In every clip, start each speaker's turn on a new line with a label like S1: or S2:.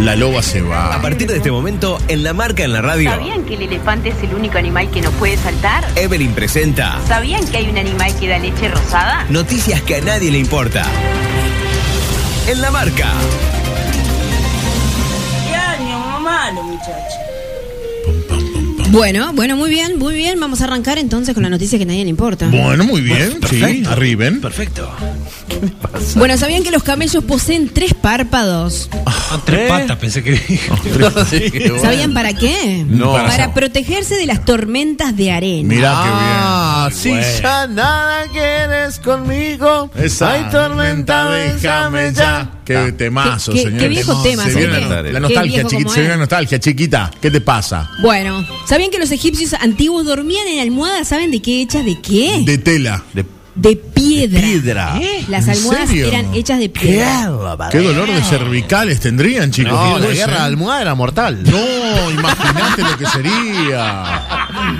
S1: La loba se va.
S2: A partir de este momento, en la marca en la radio,
S3: ¿Sabían que el elefante es el único animal que no puede saltar?
S2: Evelyn presenta
S3: ¿Sabían que hay un animal que da leche rosada?
S2: noticias que a nadie le importa. En la marca,
S4: ¿Qué año, mamá, los muchachos?
S5: Bueno, bueno, muy bien, muy bien. Vamos a arrancar entonces con la noticia que a nadie le importa.
S1: Bueno, muy bien. ¿Eh? sí,
S2: perfecto.
S1: arriben.
S2: perfecto.
S5: Bueno, ¿sabían que los camellos poseen tres párpados?
S6: Ah,
S2: ¿Eh?
S6: tres patas, pensé que dijo.
S5: ¿Sabían para qué?
S1: No.
S5: Para protegerse de las tormentas de arena.
S1: Mirá
S7: Ah,
S1: qué
S7: si
S1: bien.
S7: ya nada quieres conmigo,
S1: Esa
S7: hay tormenta, déjame ya. Ah.
S1: Qué temazo,
S5: Qué- qué-
S1: señor.
S5: qué viejo tema,
S1: Se viene
S5: señor.
S1: la, la
S5: Qué
S1: nostalgia,
S5: viejo
S1: chiquita.
S5: como
S1: Se viene
S5: es.
S1: la nostalgia, chiquita. ¿Qué te pasa?
S5: Bueno, ¿sabían que los egipcios antiguos dormían en almohadas? ¿Saben de qué hechas? ¿De qué?
S1: De tela.
S5: De piedra.
S1: piedra.
S5: ¿Eh? Las
S1: ¿En
S5: almohadas
S1: serio?
S5: eran hechas de piedra.
S1: Qué dolor de cervicales tendrían, chicos.
S7: No,
S1: Qué
S7: la
S1: grueso,
S7: guerra de
S1: ¿eh?
S7: almohada era mortal.
S1: No, imagínate lo que sería.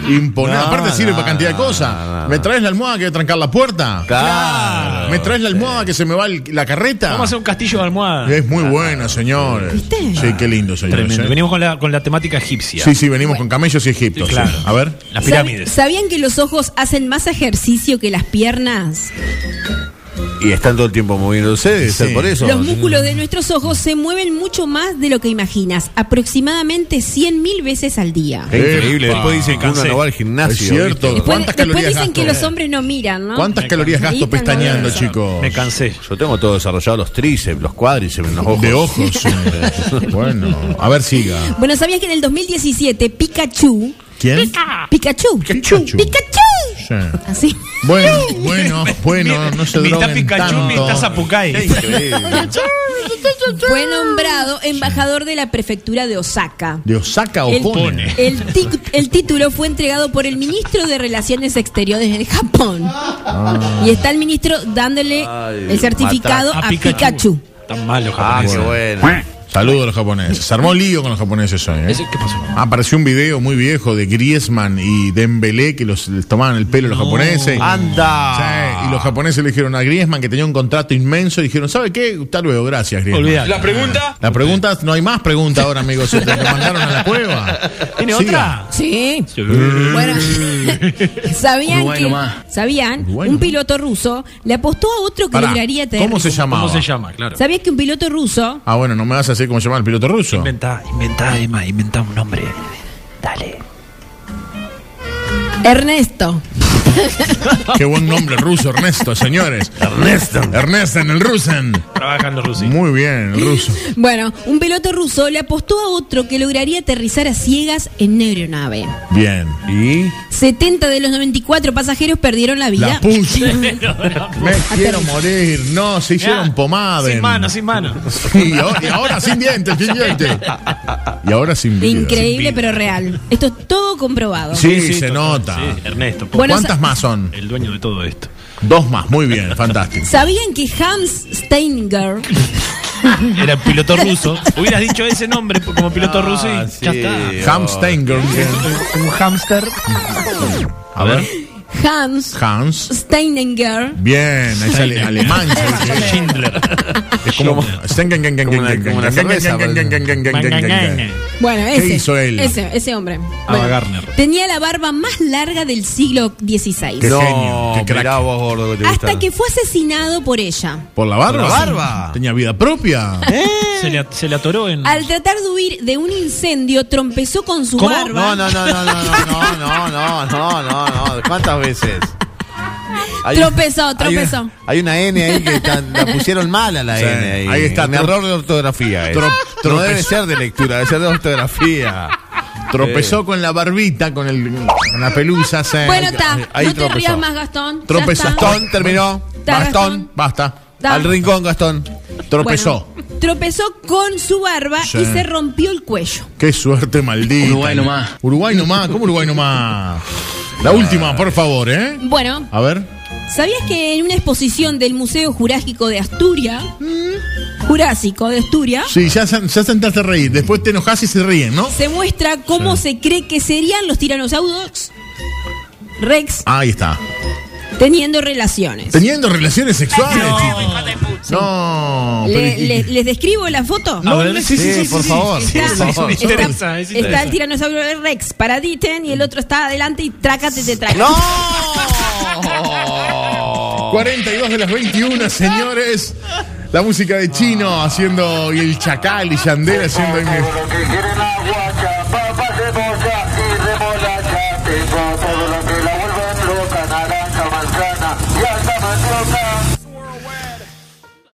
S1: Imponer.
S7: No,
S1: Aparte sirve
S7: no,
S1: para cantidad de
S7: no,
S1: cosas.
S7: no, no,
S1: ¿Me
S7: no.
S1: traes la almohada que voy a trancar la puerta?
S7: Claro.
S1: ¿Me traes la almohada que se me va el- la carreta?
S6: Vamos a hacer un castillo de almohada.
S1: Es muy buena, señores.
S5: ¿Viste?
S1: Sí, qué lindo, señores.
S6: Tremendo.
S1: ¿eh?
S6: Venimos con la, con la temática egipcia.
S1: Sí, sí, venimos con camellos y Egipto.
S6: Sí, claro.
S1: sí. A ver.
S6: Las
S5: ¿Sab-
S6: pirámides.
S5: ¿Sabían que los ojos hacen más ejercicio que las piernas?
S7: Y están todo el tiempo moviéndose, debe
S1: Sí.
S7: ser por eso.
S5: Los músculos de nuestros ojos se mueven mucho más de lo que imaginas, aproximadamente 100.000 veces al día.
S7: Es increíble,
S1: Epa.
S7: después dicen que uno
S6: Cansé.
S7: no va al gimnasio.
S1: Es cierto.
S7: ¿viste?
S5: Después,
S1: ¿Cuántas
S5: Eh, después
S1: calorías
S5: dicen que
S1: gasto?
S5: los hombres no miran, ¿no?
S1: ¿Cuántas calorías
S5: Ahí
S1: gasto
S5: están
S1: pestañeando,
S5: los-
S1: chicos?
S6: Me cansé.
S7: Yo tengo todo desarrollado los tríceps, los cuádriceps, los ojos.
S1: De ojos. sí. bueno, a ver, siga.
S5: Bueno, ¿sabías que en el 2017 Pikachu...
S1: ¿Quién?
S5: Pikachu.
S1: Pikachu.
S5: Pikachu.
S1: Sí.
S5: Así.
S1: Bueno, bueno, bueno, no se
S6: Mitad
S1: droguen
S6: Pikachu,
S1: tanto.
S6: mitad Zapucay.
S5: Fue nombrado embajador de la prefectura de Osaka.
S1: De Osaka
S5: El,
S1: Opone.
S5: el tic- el título fue entregado por el ministro de Relaciones Exteriores del Japón.
S1: Ah.
S5: Y está el ministro dándole
S7: Ay,
S5: el certificado
S6: A
S5: a Pikachu.
S6: Tan malo,
S7: Ah, qué
S6: japonés.
S7: bueno.
S1: Saludos a los japoneses. Se armó lío con los japoneses hoy. ¿eh?
S6: ¿Ese ¿Qué pasó?
S1: Apareció un video muy viejo de Griezmann y Dembélé que los les tomaban el pelo a los japoneses.
S7: Anda.
S1: Sí, y los japoneses le dijeron a Griezmann que tenía un contrato inmenso y dijeron, ¿sabe qué? Hasta luego, gracias Griezmann.
S6: Olvidate.
S1: La pregunta. La pregunta, no hay más pregunta ahora, amigos. Se te mandaron a la cueva.
S6: ¿Tiene
S1: Siga.
S6: otra?
S5: Sí. Bueno, sabían
S6: Uruguay
S5: que
S6: nomás.
S5: sabían
S1: Uruguay
S5: un
S1: nomás.
S5: piloto ruso le apostó a otro que
S1: Pará,
S5: lograría tener.
S1: ¿Cómo se llamaba?
S6: ¿Cómo se llama? Claro.
S5: ¿Sabías que un piloto ruso
S1: Ah, bueno, no me vas a decir cómo se llama el piloto ruso.
S6: Inventá, inventá, Emma, inventá un nombre. Dale.
S5: Ernesto
S1: Qué buen nombre ruso, Ernesto, señores. Ernesto. Ernesto en el Rusen.
S6: Trabajando Rusi.
S1: Muy bien, el ruso.
S5: Bueno, un piloto ruso le apostó a otro que lograría aterrizar a ciegas en una aeronave.
S1: Bien.
S7: ¿Y?
S5: 70 de los 94 pasajeros perdieron la vida.
S1: La pucha. Me quiero morir. No, se hicieron pomada.
S6: Sin mano, sin mano.
S1: Y ahora, y ahora sin dientes, sin dientes. Y ahora sin vida.
S5: Increíble, pero real. Esto es todo comprobado.
S1: Sí, se nota.
S6: Sí, Ernesto, po-
S5: Bueno,
S1: ¿Cuántas
S5: sa-
S1: más son?
S6: el dueño de todo esto.
S1: Dos más. Muy bien, fantástico.
S5: ¿Sabían que Hans Steininger
S6: Era piloto ruso. Hubieras dicho ese nombre como piloto ruso y ya está.
S1: Hamstenger.
S6: Un hámster.
S1: A ver.
S5: Hans
S1: Hans.
S5: Steininger
S1: Bien, ahí sale alemán. ¿sí?
S6: Schindler.
S1: Es como.
S7: como una cerveza, pues.
S1: Bien.
S5: Bueno,
S1: ¿Qué
S5: ese.
S1: hizo él?
S5: Ese, ese hombre.
S6: Ava
S5: Bueno,
S6: Gardner.
S5: tenía la barba más larga del siglo XVI.
S1: Qué
S7: no,
S1: genio, qué crack.
S7: mirá vos, gordo, que te
S5: Hasta
S7: gusta.
S5: que fue asesinado por ella.
S1: ¿Por la barba? ¿Eh?
S7: ¿Por la barba?
S1: Tenía vida propia.
S6: Se le, se le atoró en.
S5: Al tratar de huir de un incendio, trompezó con su
S6: ¿Cómo?
S5: barba.
S7: No, no, no, no, no, no, no, no, no, no, no. ¿Cuántas veces?
S5: Tropezó, tropezó.
S7: Hay una, hay una N ahí que tan- la pusieron mal a la
S1: Sí,
S7: N ahí.
S1: ahí está,
S7: Un
S1: tro-
S7: error de ortografía. eh.
S1: Tro-
S7: no
S1: tropezó.
S7: debe ser de lectura, debe ser de ortografía.
S1: Tropezó con la barbita, con, el, con la pelusa. se-
S5: Bueno, está.
S7: ahí
S5: No te
S7: tropezó.
S5: rías más, Gastón. Ya
S1: Tropezó.
S5: está.
S7: Gastón terminó.
S5: Está
S7: Gastón.
S1: Basta.
S5: Está.
S7: Al rincón, Gastón.
S1: Tropezó.
S5: Bueno, tropezó con su barba
S1: Sí.
S5: y se rompió el cuello.
S1: Qué suerte maldita. Uruguay nomás. Uruguay nomás. ¿Cómo Uruguay nomás? La última, por favor, ¿eh?
S5: Bueno,
S1: A ver.
S5: ¿sabías que en una exposición del Museo Jurásico de Asturias, Jurásico de Asturias,
S1: Sí, ya, sen- ya sentaste a reír. Después te enojas y se ríen, ¿no?
S5: se muestra cómo se cree que serían los tiranosaurios Rex
S1: Ahí está.
S5: Teniendo relaciones.
S1: Teniendo relaciones sexuales.
S4: hijo de puta.
S1: No, pero
S5: Le-
S1: y-
S5: le- ¿Les describo la foto?
S6: A ver, sí, sí, sí,
S1: por
S6: sí,
S1: favor.
S6: sí,
S1: por
S5: Está,
S1: favor.
S6: sí, sí.
S5: está-
S6: Interesa, es
S5: está
S6: interesa.
S5: el tiranosaurio Rex paraditen y el otro está adelante y trácate te trae.
S7: ¡No!
S4: Oh.
S1: 42 de las 21, señores. La música de Chino haciendo y el Chacal y Yandel haciendo. ahí mi-
S8: que quieren agua,